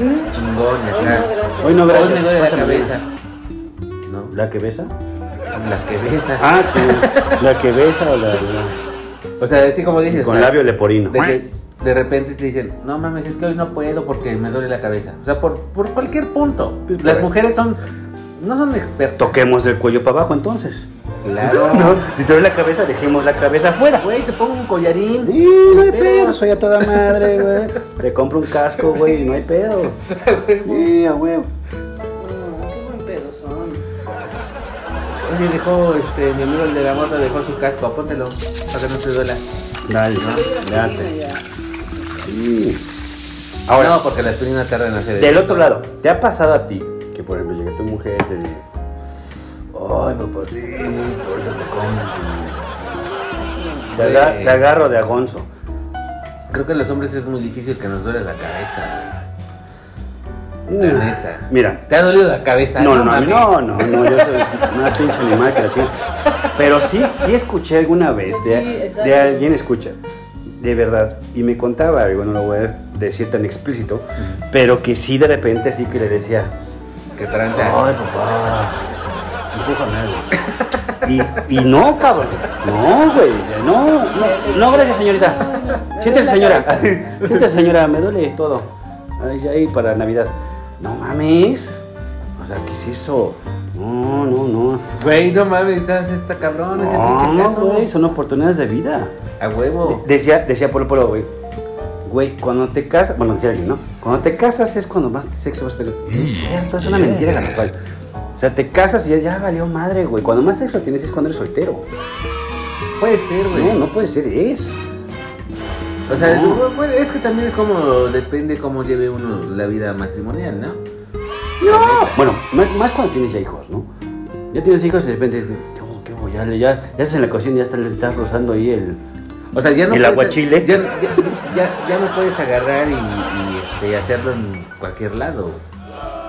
S3: Ah,
S2: Chingón,
S3: Hoy no,
S2: acá.
S3: gracias.
S1: Hoy no,
S2: Hoy
S1: gracias.
S2: me duele la
S1: pásame.
S2: cabeza. No,
S1: ¿La que besa?
S2: la que besas.
S1: Ah, sí. La que besa o la... la-
S2: o sea, así como dices. o
S1: Con
S2: sea,
S1: labio leporino.
S2: De, que de repente te dicen, no mames, es que hoy no puedo porque me duele la cabeza. O sea, por, por cualquier punto.
S1: Pues,
S2: Las
S1: por-
S2: mujeres son, no son expertos.
S1: Toquemos del cuello para abajo entonces.
S2: Claro.
S1: No, si te duele la cabeza, dejemos la cabeza afuera.
S2: Güey, te pongo un collarín.
S1: Sí,
S2: sin
S1: no hay
S2: pedo.
S1: pedo, soy a toda madre, güey. Te compro un casco, güey, y no hay pedo. Sí, a huevo.
S3: No, qué buen pedo son.
S2: Oye, dejó, este, mi amigo el de la moto dejó su casco, póntelo para que no te duela.
S1: Dale,
S3: Mira
S1: date.
S3: ya.
S1: Sí. pues, Ahora,
S2: no, porque la aspirina tarda en hacer
S1: Del otro lado, ¿te ha pasado a ti que, por ejemplo, llega tu mujer y te dice, ay, papacito, ahorita te como. tu-". Te, aga-
S2: Sí.
S1: te agarro de agonzo.
S2: Creo que a los hombres es muy difícil que nos duele la cabeza. güey. La neta.
S1: Mira,
S2: ¿Te ha dolido la cabeza?
S1: no, no, no,
S2: mames.
S1: no, no, yo soy más pinche animal que la chica. Pero sí, sí escuché alguna vez de,
S3: Sí, exacto.
S1: de alguien, escucha, de verdad, y me contaba, digo, no lo voy a decir tan explícito, pero que sí de repente así que le decía,
S2: Que tranza.
S1: Ay, papá. Empújame algo. Y, y no, cabrón. No, güey. No, no, no, gracias, señorita. Siéntese, señora. Siéntese, señora. Me duele todo. Ay, ya ahí para Navidad. No mames. O sea, ¿qué es eso? No, no, no.
S2: Güey, no mames, estás esta cabrón, ese pinche
S1: No,
S2: caso.
S1: güey. Son oportunidades de vida.
S2: A huevo.
S1: De- decía, decía Polo Polo, güey. Güey, cuando te casas, bueno, decía alguien, ¿no? Cuando te casas es cuando más sexo vas a tener.
S2: Mm.
S1: No es cierto, es una mentira la cual. O sea, te casas y ya, ya valió madre, güey. Cuando más sexo tienes es cuando eres soltero.
S2: Puede ser, güey.
S1: No, no puede ser, es.
S2: o sea,
S1: no.
S2: güey, güey, es que también es como, depende cómo lleve uno la vida matrimonial, ¿no?
S1: ¡No! Bueno, más, más cuando tienes ya hijos, ¿no? Ya tienes hijos y de repente dices, ¿qué hubo, qué hubo? Ya, le- ya, ya estás en la cocina y ya estás, le estás rozando ahí el.
S2: O sea, ya no
S1: ¿El
S2: puedes-
S1: aguachile?
S2: Ya, ya, ya, ya no puedes agarrar y, y, este, hacerlo en cualquier lado.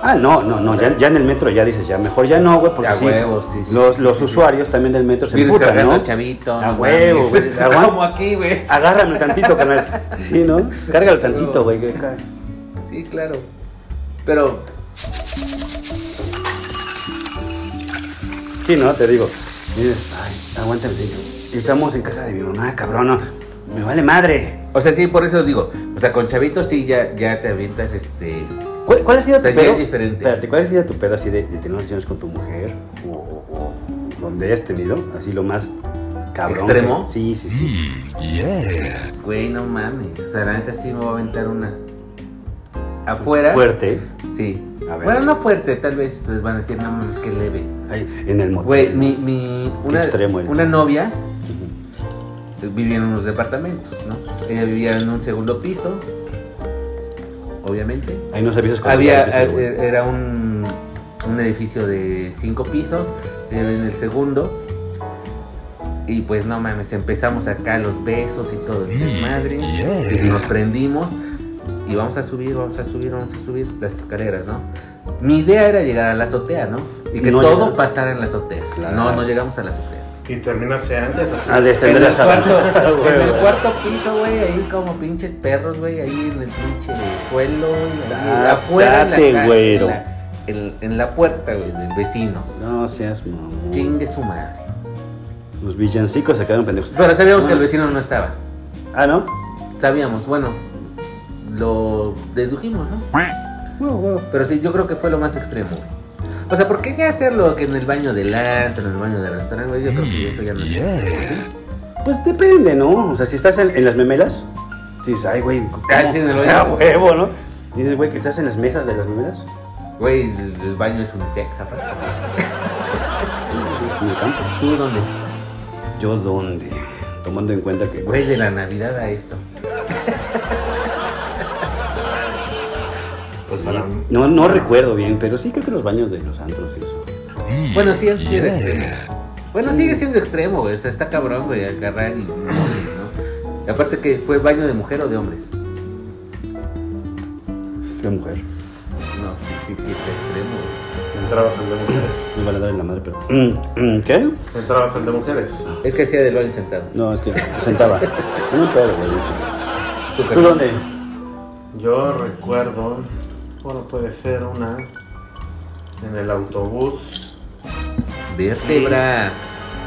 S1: Ah, no, no, no, ya, ya en el metro ya dices, ya mejor ya no, güey, porque
S2: A
S1: sí,
S2: huevo, sí, sí,
S1: los,
S2: sí,
S1: los
S2: sí, sí.
S1: usuarios también del metro se
S2: Vienes
S1: emputan,
S2: cargando
S1: ¿no?
S2: al chavito.
S1: A
S2: no
S1: huevo,
S2: mames.
S1: güey, aguanta.
S2: Como aquí, güey.
S1: Agárrame tantito, canal. Sí, ¿no? Cárgalo tantito, güey. que ca-
S2: Sí, claro. Pero,
S1: Sí, ¿no? Te digo. Dices, ay, aguántame, niño. Estamos en casa de mi mamá, cabrón. no, Me vale madre.
S2: o sea, sí, por eso digo. O sea, con chavito sí ya, ya te avientas, este...
S1: ¿Cuál, cuál ha sido
S2: O sea,
S1: tu
S2: Pues ya
S1: pedo?
S2: es diferente.
S1: Espérate, ¿cuál ha sido tu pedo así de, de tener relaciones con tu mujer? O, o- o donde hayas tenido, así lo más cabrón.
S2: ¿Extremo? Mm.
S1: que- Sí, sí, sí.
S2: Güey, no mames. O sea, la neta sí me voy a aventar una. Afuera.
S1: Fuerte.
S2: Sí.
S1: A ver.
S2: Bueno, no fuerte, tal vez ustedes van a decir, no mames, que leve.
S1: Ahí, en el motel.
S2: Güey,
S1: ¿no?
S2: mi, mi
S1: Qué
S2: una,
S1: extremo eres.
S2: una novia vivía en unos departamentos, ¿no? Ella vivía en un segundo piso, obviamente.
S1: Ahí nos avisas cuando
S2: Había,
S1: te avises, güey.
S2: e- era un, un edificio de cinco pisos, eh, en el segundo. Y pues no mames, empezamos acá los besos y todo el desmadre. Nos prendimos y vamos a subir, vamos a subir, vamos a subir las escaleras, ¿no? Mi idea era llegar a la azotea, ¿no? Y que
S1: No
S2: todo
S1: llegaron.
S2: pasara en la azotea.
S1: Claro.
S2: No, no llegamos a la azotea.
S4: Y terminaste antes. ¿o qué?
S1: Ah, de extender
S2: En el,
S1: la sábana. Ah,
S2: cuarto, en
S1: Güey,
S2: el
S1: güey.
S2: cuarto piso, güey, ahí como pinches perros, güey, ahí en el pinche suelo, güey, ahí
S1: Da-
S2: afuera. en la
S1: Ah, date,
S2: calle,
S1: güero.
S2: En la, en- en la puerta, güey, del vecino.
S1: No seas mamón.
S2: Chingue su madre.
S1: Los villancicos se quedaron pendejos.
S2: Pero sabíamos que el vecino no estaba.
S1: Ah, ¿no?
S2: Sabíamos, bueno, lo dedujimos, ¿no?
S1: Wow, wow.
S2: Pero sí, yo creo que fue lo más extremo, güey. O sea, ¿por qué ya hacerlo que en el baño del antro, en el baño del restaurante, güey? Yo creo que eso ya no es extremo, ¿sí?
S1: Pues depende, ¿no? O sea, si estás en, en las memelas, Sí, dices, ay, güey, ¿cómo?
S2: Casi en el baño.
S1: Ah, huevo, ¿no? Dices, güey, que estás en las mesas de las primeras.
S2: Güey, el, el baño es unisex, aparte.
S1: En el campo.
S2: ¿Tú dónde?
S1: ¿Yo dónde? Tomando en cuenta que, güey,
S2: Güey, de la Navidad a esto.
S1: pues, no, no recuerdo bien, pero sí creo que los baños de los antros y eso.
S2: Bueno, sí, antes era extremo. Bueno, sigue siendo extremo, güey. O sea, está cabrón, güey, agarrar y ¿no? Y aparte que fue baño de mujer o de hombres.
S1: Qué mujer.
S2: No, sí, sí, sí, está extremo. güey.
S4: Entrabas al de mujeres.
S1: Me van a dar en la madre, pero. Mm, mm, ¿Qué?
S4: Entrabas al de mujeres.
S2: Es que hacía del baño sentado.
S1: No, es que sentaba. No me pedo, güey.
S2: ¿Tú,
S1: ¿Tú
S2: carnal?
S1: dónde?
S4: Yo recuerdo, bueno, puede ser una en el autobús,
S2: Vértebra.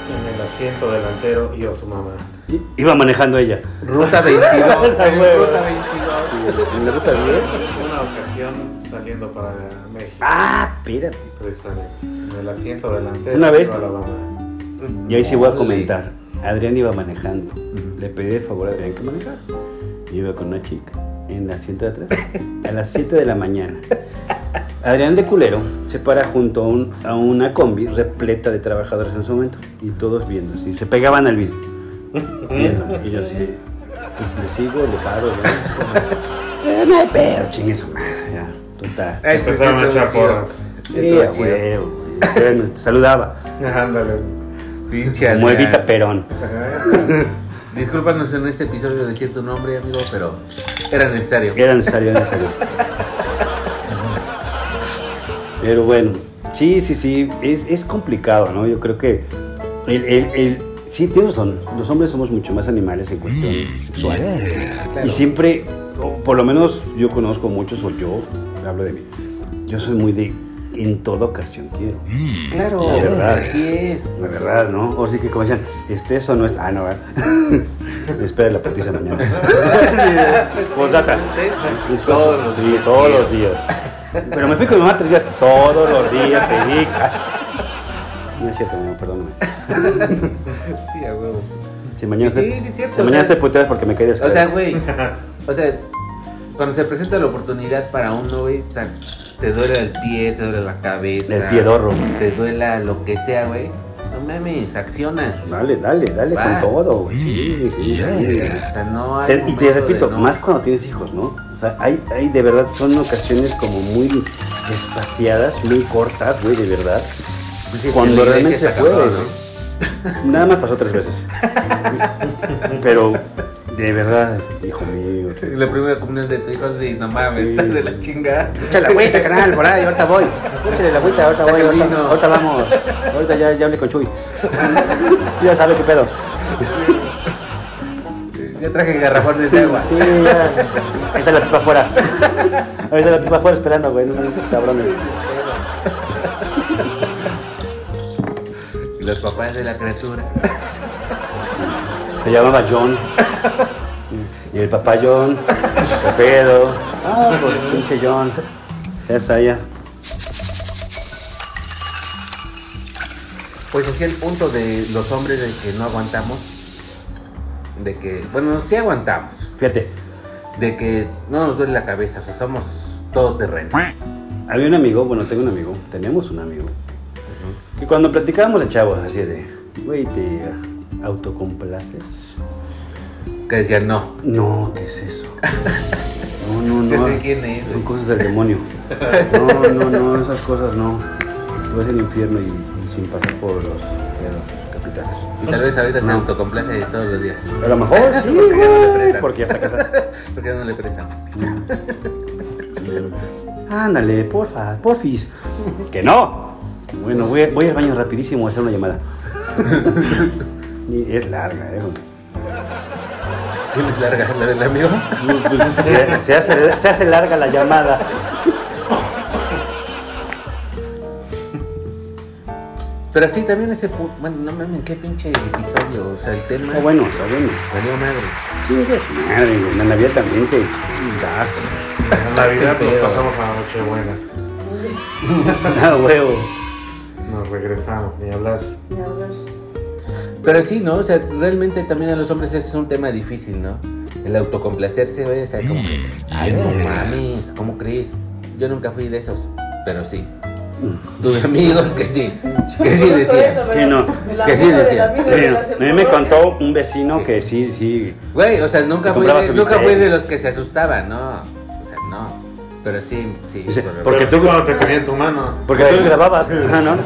S4: en el asiento delantero y a su mamá.
S1: I- Iba manejando ella.
S2: Ruta 22.
S4: Esa
S2: güey,
S4: hueva.
S2: ruta 22.
S1: ¿En la ruta 10?
S4: Una ocasión saliendo para México,
S1: Ah, espérate.
S4: precisamente, en el asiento delantero.
S1: Una vez.
S4: iba la mamá.
S1: Y ahí sí voy a
S2: Órale.
S1: comentar. Adrián iba manejando. Le pedí de favor a Adrián que manejara. Yo iba con una chica en la asiento de atrás a las 7 de la mañana. Adrián de Culero se para junto a, un- a una combi repleta de trabajadores en su momento y todos viendo así. Se pegaban al vidrio. Viendo, y yo así, pues le sigo, le paro. ¿no? Pero no hay pedo, chingue su madre. Ya, total.
S2: Ah, Este sí
S4: Empezaron a
S2: estuvo
S4: echar porras.
S2: chido.
S1: Sí, a
S2: Estuvo chido.
S1: huevo, güey. Adrián me Saludaba.
S4: Ándale.
S2: Pinche
S1: Como
S2: Adrián.
S1: Evita Perón.
S2: Discúlpanos en este episodio de decir tu nombre, amigo, pero era necesario.
S1: Era necesario, era necesario. Pero bueno, sí, sí, sí, es, es complicado, ¿no? Yo creo que el, el- el- sí, tienes razón, los hombres somos mucho más animales en cuestión sexual.
S2: Claro.
S1: Y siempre, o por lo menos yo conozco muchos, o yo, hablo de mí, yo soy muy de, en toda ocasión quiero.
S2: Claro,
S1: La verdad.
S2: así es.
S1: La verdad, ¿no? O sí que como decían, este eso no es... Ah, no, va. Espera la petiza mañana. sí, postdata.
S2: Todos los
S1: sí,
S2: días,
S1: Pues todos
S2: tío.
S1: los días. Pero me fui con mi mamá tres días. Todos los días, te dije. No es cierto, mi mamá, perdóname.
S2: Sí, a huevo.
S1: Si mañana,
S2: Sí,
S1: te-
S2: sí, es cierto,
S1: si
S2: o
S1: mañana
S2: sea,
S1: te puteas porque me caí
S2: O
S1: descalzo.
S2: sea, güey. O sea, cuando se presenta la oportunidad para uno, güey, o sea, te duele el pie, te duele la cabeza.
S1: El piedorro.
S2: Te duela lo que sea, güey. No mames, accionas.
S1: Dale, dale, dale
S2: Vas.
S1: con todo, güey. Sí, sí, sí.
S2: O sea, no hay
S1: Te- y te
S2: momento
S1: repito,
S2: de no.
S1: más cuando tienes hijos, ¿no? O sea, hay, hay de verdad, son ocasiones como muy espaciadas, muy cortas, güey, de verdad.
S2: Pues sí,
S1: cuando
S2: la iglesia
S1: realmente se
S2: está
S1: puede.
S2: cabrón, ¿no?
S1: Nada más pasó tres veces. Pero, de verdad, hijo mío.
S2: La primera comunión de tu hijo, sí, no mames,
S1: Sí.
S2: está de la chingada.
S1: Echa la agüita, canal, por ahí, ahorita voy. Échale la agüita, ahorita
S2: Saca
S1: voy, ahorita,
S2: vino.
S1: ahorita vamos. Ahorita ya, ya hablé con Chuy. ya sabe qué pedo.
S2: Ya traje garrafones de agua.
S1: Sí, ya. Ahí está la pipa afuera. Ahí está la pipa afuera esperando, güey. No son esos cabrones.
S2: Y los papás de la criatura.
S1: Se llamaba John. Y el papá John, ¿qué pedo? Ah, pues pinche John. Ya está, ya.
S2: Pues así el punto de los hombres de que no aguantamos. De que, bueno, sí aguantamos.
S1: Fíjate,
S2: De que no nos duele la cabeza, o sea, somos todo terreno.
S1: había un amigo, bueno, tengo un amigo, tenemos un amigo, que cuando platicábamos de chavos, así de, güey, ¿te autocomplaces?
S2: Que decían no.
S1: No, ¿qué es eso? No, no, no.
S2: Ya sé quién es.
S1: Son cosas del demonio. No, no, no, esas cosas no. Tú vas al infierno y, y sin pasar por los pedos capitales.
S2: Y tal vez ahorita se
S1: No.
S2: autocomplace todos los días.
S1: A lo mejor sí,
S2: Porque ya no le
S1: güey,
S2: prestan.
S1: porque ya está casado.
S2: Porque no le prestan.
S1: Ándale, porfa, porfis. Que no. Bueno, voy, voy al baño rapidísimo a hacer una llamada. Y es larga, ¿eh?
S2: ¿Quién es larga? ¿La del amigo? pues
S1: Se, se hace, se hace larga la llamada.
S2: Pero sí, también ese pu- Bueno, no mames, qué pinche episodio. O sea, el tema.
S1: Está Ah, bueno, está bueno.
S2: Valió madre.
S1: Chingas madre, güey. La Navidad también te das.
S4: En Navidad
S2: Qué
S4: nos
S2: pedo.
S4: pasamos a Nochebuena.
S1: Ah, huevo.
S4: Nos regresamos, ni hablar.
S3: Ni hablar.
S2: Pero sí, ¿no? O sea, realmente también a los hombres ese es un tema difícil, ¿no? el autocomplacerse, güey, o sea, como que,
S1: Mm,
S2: ay, no
S5: yéndome.
S2: mames, ¿cómo crees? Yo nunca fui de esos, pero sí.
S1: Mm.
S2: Tuve amigos que sí, que sí
S3: Por eso,
S2: decían.
S3: pero
S1: Sí, no.
S3: el
S2: Que sí
S3: amigo del
S2: decía.
S3: amigo de
S1: Bueno,
S3: la
S1: a mí me
S3: Sephora.
S1: contó un vecino que sí, sí.
S2: Güey, o sea,
S1: Que
S2: nunca fui,
S1: compraba
S2: de,
S1: su
S2: nunca
S1: bistec.
S2: fui de los que se asustaban, no. O sea, no. Pero sí, sí.
S1: Dice,
S2: por-
S1: Porque
S4: Pero sí
S1: tú-
S4: cuando te pedían tu mano.
S1: Porque tú los grababas, ajá, ¿no?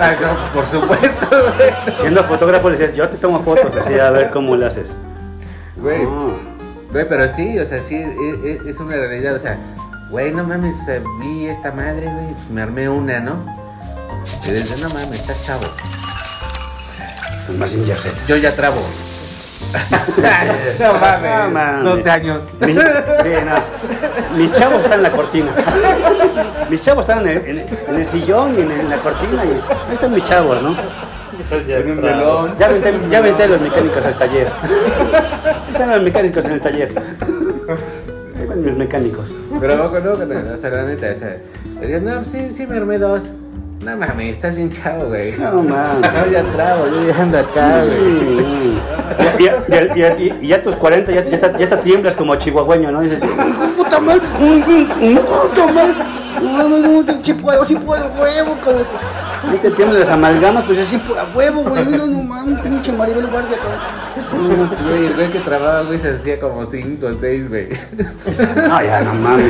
S2: Ah, no, por supuesto, güey.
S1: Siendo fotógrafo decías, yo te tomo fotos, así a ver cómo lo haces.
S2: Güey,
S1: No.
S2: güey, pero sí, o sea, sí, e- e- es, una realidad. O sea, güey, no mames, o sea, vi esta madre, güey, pues me armé una, ¿no? Y desde, no mames, estás chavo.
S1: Con Pues más Z.
S2: Yo ya trabo. no mames,
S1: Ah, No mames.
S2: 12 años.
S1: Mi- sí, no. Mis chavos están en la cortina. Mis chavos están en el, en- en el sillón y en, en la cortina. Y ahí están mis chavos, ¿no?
S4: Con un
S1: Ya aventé, ya aventé los mecánicos al taller. Ahí están los mecánicos en el taller. Ahí van mis mecánicos.
S2: Pero no, no, no, o sea, la neta, o sea, decías, no, sí, sí, me armé dos. No mames, estás bien chavo, güey.
S1: No, mames.
S2: Yo ya trabo, yo ya ando acá, güey.
S1: Mm. Y, y- y- y- y ya a tus 40 ya, ya, está- ya está tiemblas como chihuahueño, ¿no? Dices, hijo de puta madre, mm, mm, mm, puta madre, no, no, no, te- sí puedo, sí puedo, huevo, cabrón. No te tiemblas las amalgamas, pues así, pu- a huevo, güey, no, no, mames, pinche Maribel Guardia, cabrón.
S2: Güey, el güey que trababa, güey, se hacía como 5 o 6, güey.
S1: No, ya, no mames.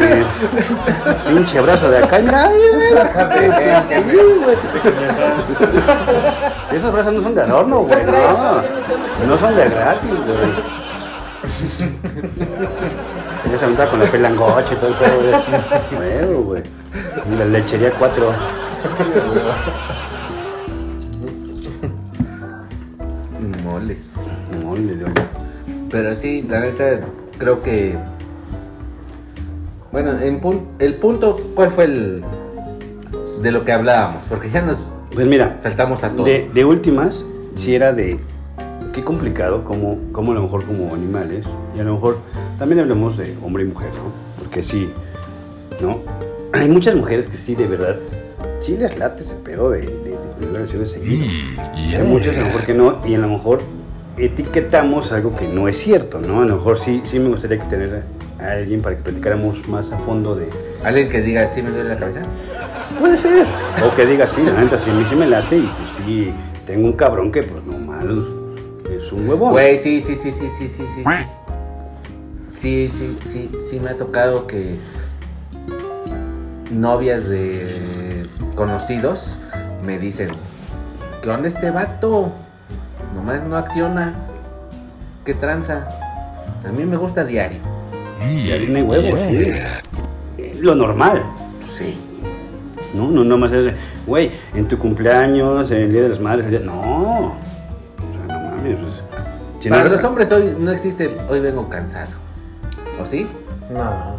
S1: Pinche brazo de acá, mira, mira, mira. Sí, güey. Sí, esos brazos no son de adorno, güey, no. No son de gratis, güey. Tenías aventar con la pelangoche y todo el juego, güey. Bueno, güey. La lechería 4.
S2: Moles.
S1: Mole de
S2: Pero sí, la neta, creo que. Bueno, en pun- el punto, ¿cuál fue el. de lo que hablábamos? Porque ya nos
S1: Pues mira,
S2: saltamos a todo.
S1: de, de últimas, si era de qué complicado, como, como a lo mejor como animales, y a lo mejor también hablamos de hombre y mujer, ¿no? Porque sí, ¿no? Hay muchas mujeres que sí, de verdad, sí les late ese pedo de, de, de tener relaciones seguidas.
S5: Mm,
S1: Hay muchos a lo
S5: yéndome.
S1: mejor que no, y a lo mejor etiquetamos algo que no es cierto, ¿no? A lo mejor sí, sí me gustaría que tener a alguien para que platicáramos más a fondo de,
S2: Alguien que diga, sí me duele la cabeza.
S1: Puede ser. O que diga, sí, la neta, sí, a mí sí me late y pues sí, tengo un cabrón que, pues no malos, es un huevón.
S2: Güey, sí, sí, sí, sí, sí, sí, sí. Sí, sí, sí, sí, me ha tocado que novias de conocidos me dicen, ¿qué onda este vato? Nomás no acciona, ¿qué tranza? A mí me gusta diario.
S1: Y harina y huevos, sí. Eh, Lo normal,
S2: Pues Sí.
S1: ¿no? No nomás es, de, güey, en tu cumpleaños, en el Día de las Madres, el día... No, o sea, no mames. pues, si no-
S2: Para los hombres hoy no existe, hoy vengo cansado. ¿O sí?
S4: No.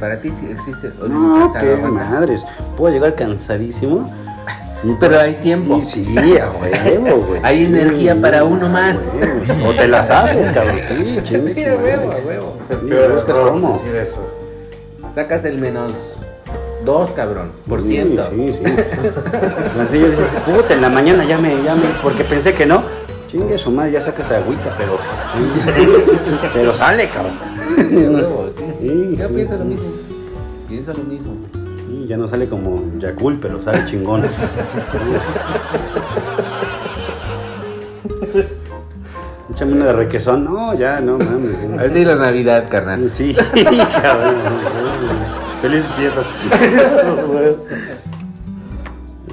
S2: Para ti sí existe, hoy vengo
S1: No,
S2: cansado.
S1: qué
S2: aguanta.
S1: madres. Puedo llegar cansadísimo.
S2: Pero hay tiempo.
S1: Y Sí, a huevo, güey.
S2: Hay
S1: Sí,
S2: energía para uno
S1: a
S2: más.
S1: huevo. O te las haces, cabrón. Sí, chingue
S2: Sí,
S1: su
S2: a
S1: madre.
S2: huevo, a huevo.
S4: Es el
S1: Sí,
S4: peor
S1: buscas
S4: error
S1: cómo.
S4: decir eso.
S2: Sacas el menos 2, cabrón, por
S1: Sí,
S2: ciento.
S1: Sí, sí. Las niñas dicen, puta, en la mañana ya me, ya me, porque pensé que no. Chingue su madre, ya saca esta agüita, pero. pero sale, cabrón.
S2: Sí, a huevo, sí, sí.
S1: Sí,
S2: Yo
S1: sí,
S2: pienso lo
S1: sí.
S2: mismo. Pienso lo mismo.
S1: Y ya no sale como Yakul, pero sale chingón. Échame una de requesón. No, ya, no mames.
S2: Así la Navidad, carnal.
S1: Sí, cabrón. Felices fiestas.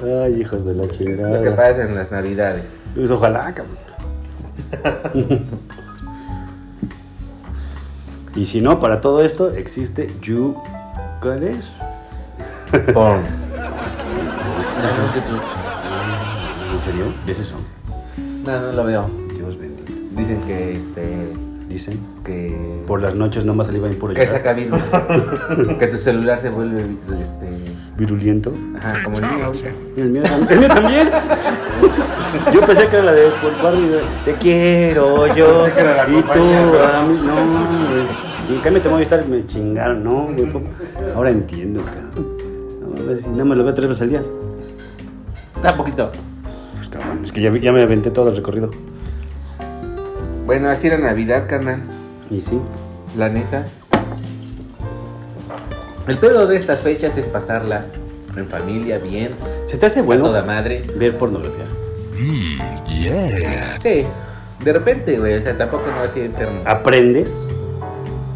S1: Ay, hijos de la chingada.
S2: Lo que pasa en las Navidades.
S1: Pues ojalá, cabrón. y si no, para todo esto existe You. ¿Cuál es?
S2: Pon.
S1: ¿En serio? ¿Ves eso?
S2: No, no lo veo.
S1: Dios bendito.
S2: Dicen que este.
S1: Dicen.
S2: que.
S1: Por las noches nomás saliva impuro
S2: que
S1: llorar.
S2: saca virus. que tu celular se vuelve este.
S1: Viruliento.
S2: Ajá, como el mío ahorita.
S1: El mío, tam- el mío también. yo pensé que era la de por Barbie. de, Te quiero yo.
S4: Pensé que era la
S1: y
S4: compañía,
S1: tú,
S4: pero-
S1: a mí. No, güey. En cambio te voy a estar, me chingaron, no, güey. fue- Ahora entiendo, cabrón. No, a ver si nada más lo veo tres veces al día.
S4: Pues,
S2: Está poquito.
S1: Pues cabrón, es que ya, vi- ya me aventé todo el recorrido.
S2: Bueno, así era Navidad, carnal.
S1: Y sí.
S2: La neta. El pedo de estas fechas es pasarla en familia, bien,
S1: ¿Se te hace
S2: a
S1: bueno
S2: toda madre.
S1: ver pornografía?
S2: Sí. De repente, güey, o sea, tampoco no así enfermo.
S1: Ah. ¿Aprendes?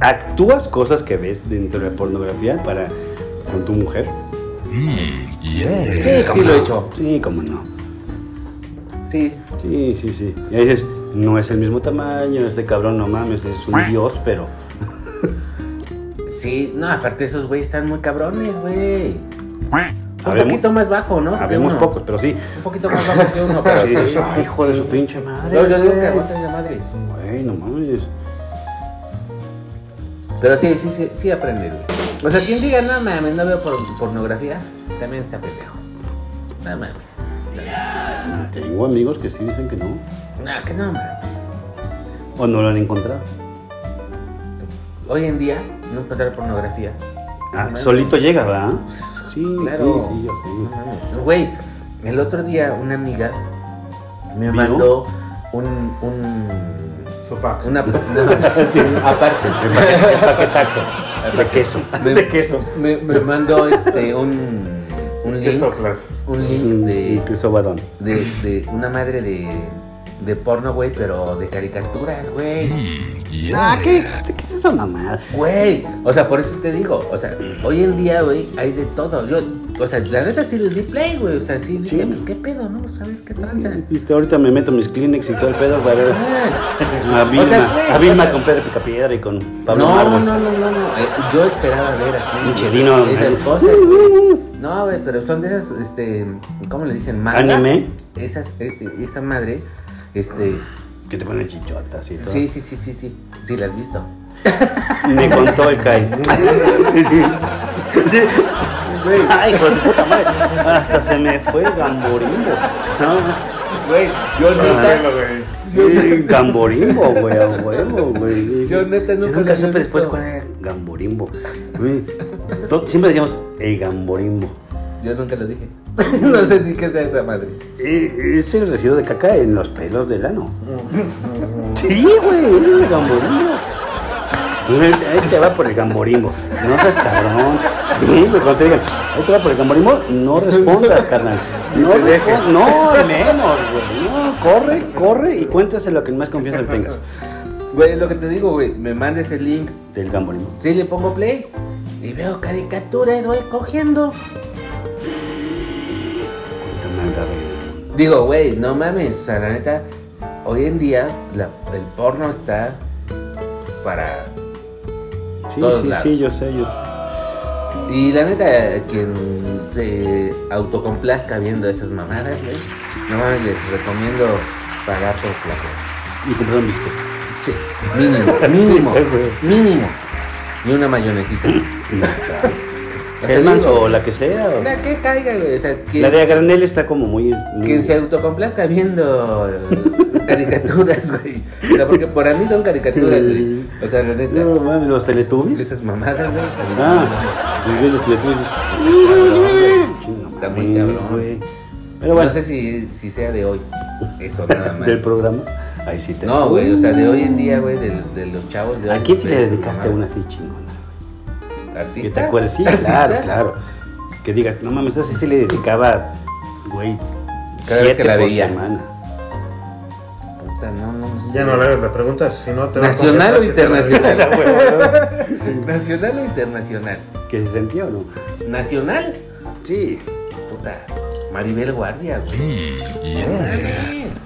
S1: ¿Actúas cosas que ves dentro de la pornografía para con tu mujer?
S2: Sí, sí
S1: cómo
S2: lo he
S1: no.
S2: hecho.
S1: Sí, cómo no.
S2: Sí.
S1: Sí, sí, sí. Y ahí dices, no es el mismo tamaño, este cabrón no mames, es un dios, pero...
S2: Sí, no, aparte esos güey están muy cabrones, güey. Un
S1: Habemos-
S2: poquito más bajo, ¿no? Que
S1: Habemos
S2: uno.
S1: pocos, pero sí.
S2: Un poquito más bajo que uno, pero
S1: Sí,
S2: sí.
S1: dices, ay, hijo de su pinche madre.
S2: No, yo digo que
S1: güey".
S2: aguanten la madre.
S1: Güey, no mames.
S2: Pero sí, sí, sí, sí aprendes, güey. O sea, quien diga, no mames, no veo por- pornografía, también está pendejo. No mames.
S1: Tengo amigos que sí dicen que no.
S2: No, que no mames.
S1: O no lo han encontrado.
S2: Hoy en día, no encontrar pornografía.
S1: Ah,
S2: Mames.
S1: solito llega, ¿verdad? Sí,
S2: Claro.
S1: sí, sí, yo
S2: No
S1: sé.
S2: mames. Güey, el otro día una amiga me
S1: ¿Vio?
S2: mandó un. un
S4: Sopac.
S2: una. no, Aparte.
S1: El paquetaxo. De queso.
S2: Me-
S1: De queso.
S2: Me, me mandó este, un, un
S4: ¿Qué
S2: link.
S4: soplas?
S2: Un link
S1: De
S2: de,
S1: queso badón.
S2: de, de una madre de, de porno, güey, pero de caricaturas, güey.
S1: Ah, ¿qué, de ¿qué es esa mamada?
S2: Güey, o sea, por eso te digo, o sea, hoy en día, güey, hay de todo. Yo, o sea, la neta sí les di play, güey, o sea, sí dije,
S1: Sí.
S2: pues qué pedo, ¿no? ¿Sabes qué tranza?
S1: Viste, Este, ahorita me meto mis Kleenex y todo el pedo para ver
S2: Ah.
S1: a Vilma.
S2: O sea, güey,
S1: a Vilma
S2: o sea-
S1: con Pedro Picapiedra y con Pablo
S2: No, no,
S1: Mármol.
S2: no, no, no, no. Eh, yo esperaba ver así
S1: Pinche
S2: esas,
S1: Dino,
S2: esas
S1: man.
S2: cosas. güey. No, güey, pero son de esas, este, ¿cómo le dicen? Manga.
S1: ¿Anime?
S2: Esas, eh, eh, esa madre, este,
S1: Que te ponen chichotas y todo.
S2: sí, sí, sí, sí, sí, sí, la has visto.
S1: Me contó el Kai. sí. sí. Ay, hijo de su puta madre. Hasta se me fue el gamborimbo. No.
S2: Güey, yo
S4: Conmigo,
S2: neta,
S4: güey.
S1: Sí, Gamborimbo, güey, a huevo, güey.
S2: Yo neta nunca
S1: Yo
S2: lo había
S1: nunca supe después
S2: visto.
S1: cuál era el gamborimbo. Güey, to- Siempre decíamos el gamborimbo.
S2: yo nunca lo dije. no sé ni qué sea esa madre.
S1: E- Es el residuo de caca en los pelos del ano.
S2: Mm.
S1: Sí, güey, ese es el gamborimbo. Güey, Ahí te va por el gamborimbo. No seas cabrón. Sí, güey, cuando te digan, ahí te va por el gamborimbo, no respondas, carnal. No,
S4: te
S1: respo-
S4: dejes.
S1: no, de menos, güey. No, corre, corre y cuéntase lo que más confianza le tengas.
S2: Güey, lo que te digo, güey, me mandes el link,
S1: Del gamborimbo.
S2: sí, le pongo play y veo caricaturas, güey, cogiendo.
S1: Cuánta maldad hay.
S2: Digo, güey, no mames, o sea, la neta, hoy en día la- el porno está para...
S1: Sí,
S2: Todos
S1: sí,
S2: lados.
S1: sí, yo sé, yo sé.
S2: Y la neta, quien se autocomplazca viendo esas mamadas, güey, no mames, les recomiendo pagar por placer.
S1: Y compraron viste.
S2: Sí, mínimo, mínimo,
S1: Sí, güey.
S2: mínimo. Y una mayonesita. O sea,
S1: Hellmann's
S2: digo,
S1: o la que sea. o-
S2: La que caiga, güey, o sea, que...
S1: La de a granel está como muy.
S2: Quien se autocomplazca viendo eh, caricaturas, güey. O sea, porque para mí son caricaturas, güey. O sea, la neta,
S1: No mames, los teletubbies.
S2: esas mamadas, güey. o sea, dices,
S1: Ah,
S2: "No
S1: si ves los teletubbies.
S2: mames,
S1: chinga,
S2: Está muy
S1: mames,
S2: cabrón.
S1: güey. Pero
S2: No
S1: bueno,
S2: sé si, si sea de hoy. Eso, nada más.
S1: del programa. Ahí sí te.
S2: No, güey, o sea, de hoy en día, güey, de, de los chavos de hoy.
S1: ¿A quién sí le
S2: esas
S1: dedicaste una
S2: mamadas.
S1: así chingona?
S2: ¿Artista?
S1: Que te acuerdes, sí,
S2: ¿Artista?
S1: claro, claro. Que digas, no mames, así sí le dedicaba, güey,
S2: Cada vez que
S1: siete
S2: la
S1: por
S2: veía.
S1: semana.
S2: Puta, no, no sé.
S4: Ya no le hagas la pregunta, si no te va a
S2: ¿Nacional o
S4: contestar que te la diga.
S1: O sea,
S2: internacional?
S1: güey,
S2: ¿Nacional o internacional?
S1: ¿Que se sentía o no?
S2: ¿Nacional?
S1: Sí.
S2: Puta, Maribel Guardia, güey. No mames.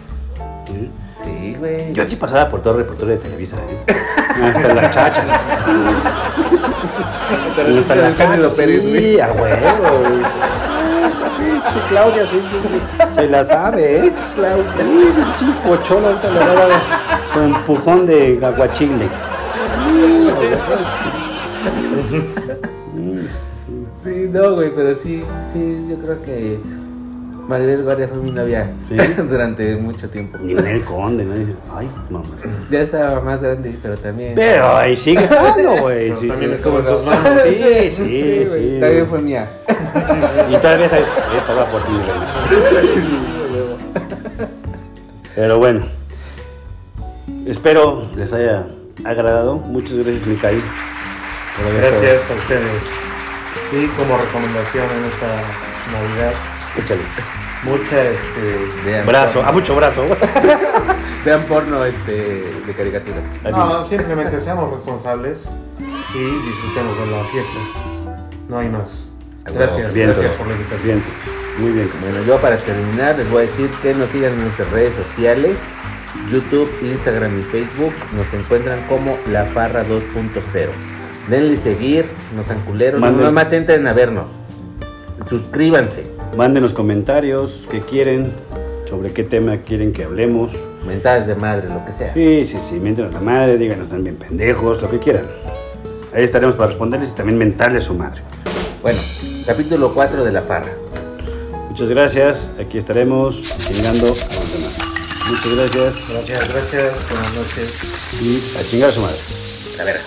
S2: Sí, güey.
S1: Yo sí pasaba por todo reportero de Televisa, ¿eh? Hasta las chachas. Hasta las chachas, sí, a huevo, güey. Ay, la pinche Claudia, sí, sí, sí. Se la sabe, ¿eh? Claudia. Sí, pinche pochola, ahorita le va a dar su empujón de aguachile. Sí, a huevo.
S2: Sí, no, güey, pero sí, sí, yo creo que Maribel Guardia fue mi novia
S1: Sí.
S2: durante mucho tiempo.
S1: Ninel Conde, ¿no? Dice, Ay, mamá.
S2: Ya estaba más grande, pero también.
S1: Pero ahí sigue estando, güey.
S4: Pero
S1: sí,
S4: también
S1: sí.
S4: es como en tus manos.
S1: Sí, sí,
S2: güey,
S1: sí.
S2: También fue mía.
S1: Y tal vez estaba por ti, mi reina. Pero bueno, espero les haya agradado. Muchas gracias, Micael. por haber estado.
S4: Gracias a ustedes. Y como recomendación en esta Navidad,
S1: Échale.
S4: mucha este,
S2: Vean,
S1: Brazo, a mucho brazo.
S2: vean porno este, de caricaturas.
S4: No, simplemente seamos responsables y disfrutemos de la fiesta. No hay más. Gracias,
S1: Vientos,
S4: gracias por la invitación.
S1: vientos. Muy bien.
S2: Bueno, yo para terminar les voy a decir que nos sigan en nuestras redes sociales, YouTube, Instagram y Facebook. Nos encuentran como La Farra 2.0. Denle seguir, nos anculeros, no
S1: Manden-
S2: nomás entren a vernos. Suscríbanse,
S1: Mándenos comentarios que quieren, sobre qué tema quieren que hablemos.
S2: mentadas de madre, lo que sea.
S1: Sí, sí, sí, miéntenos la madre, díganos también pendejos, lo que quieran. Ahí estaremos para responderles y también mentarles su madre.
S2: Bueno, capítulo 4 de La Farra.
S1: Muchas gracias, aquí estaremos chingando a los demás. Muchas gracias
S4: Gracias, gracias. Buenas noches.
S1: y a chingar a su madre.
S2: La verga.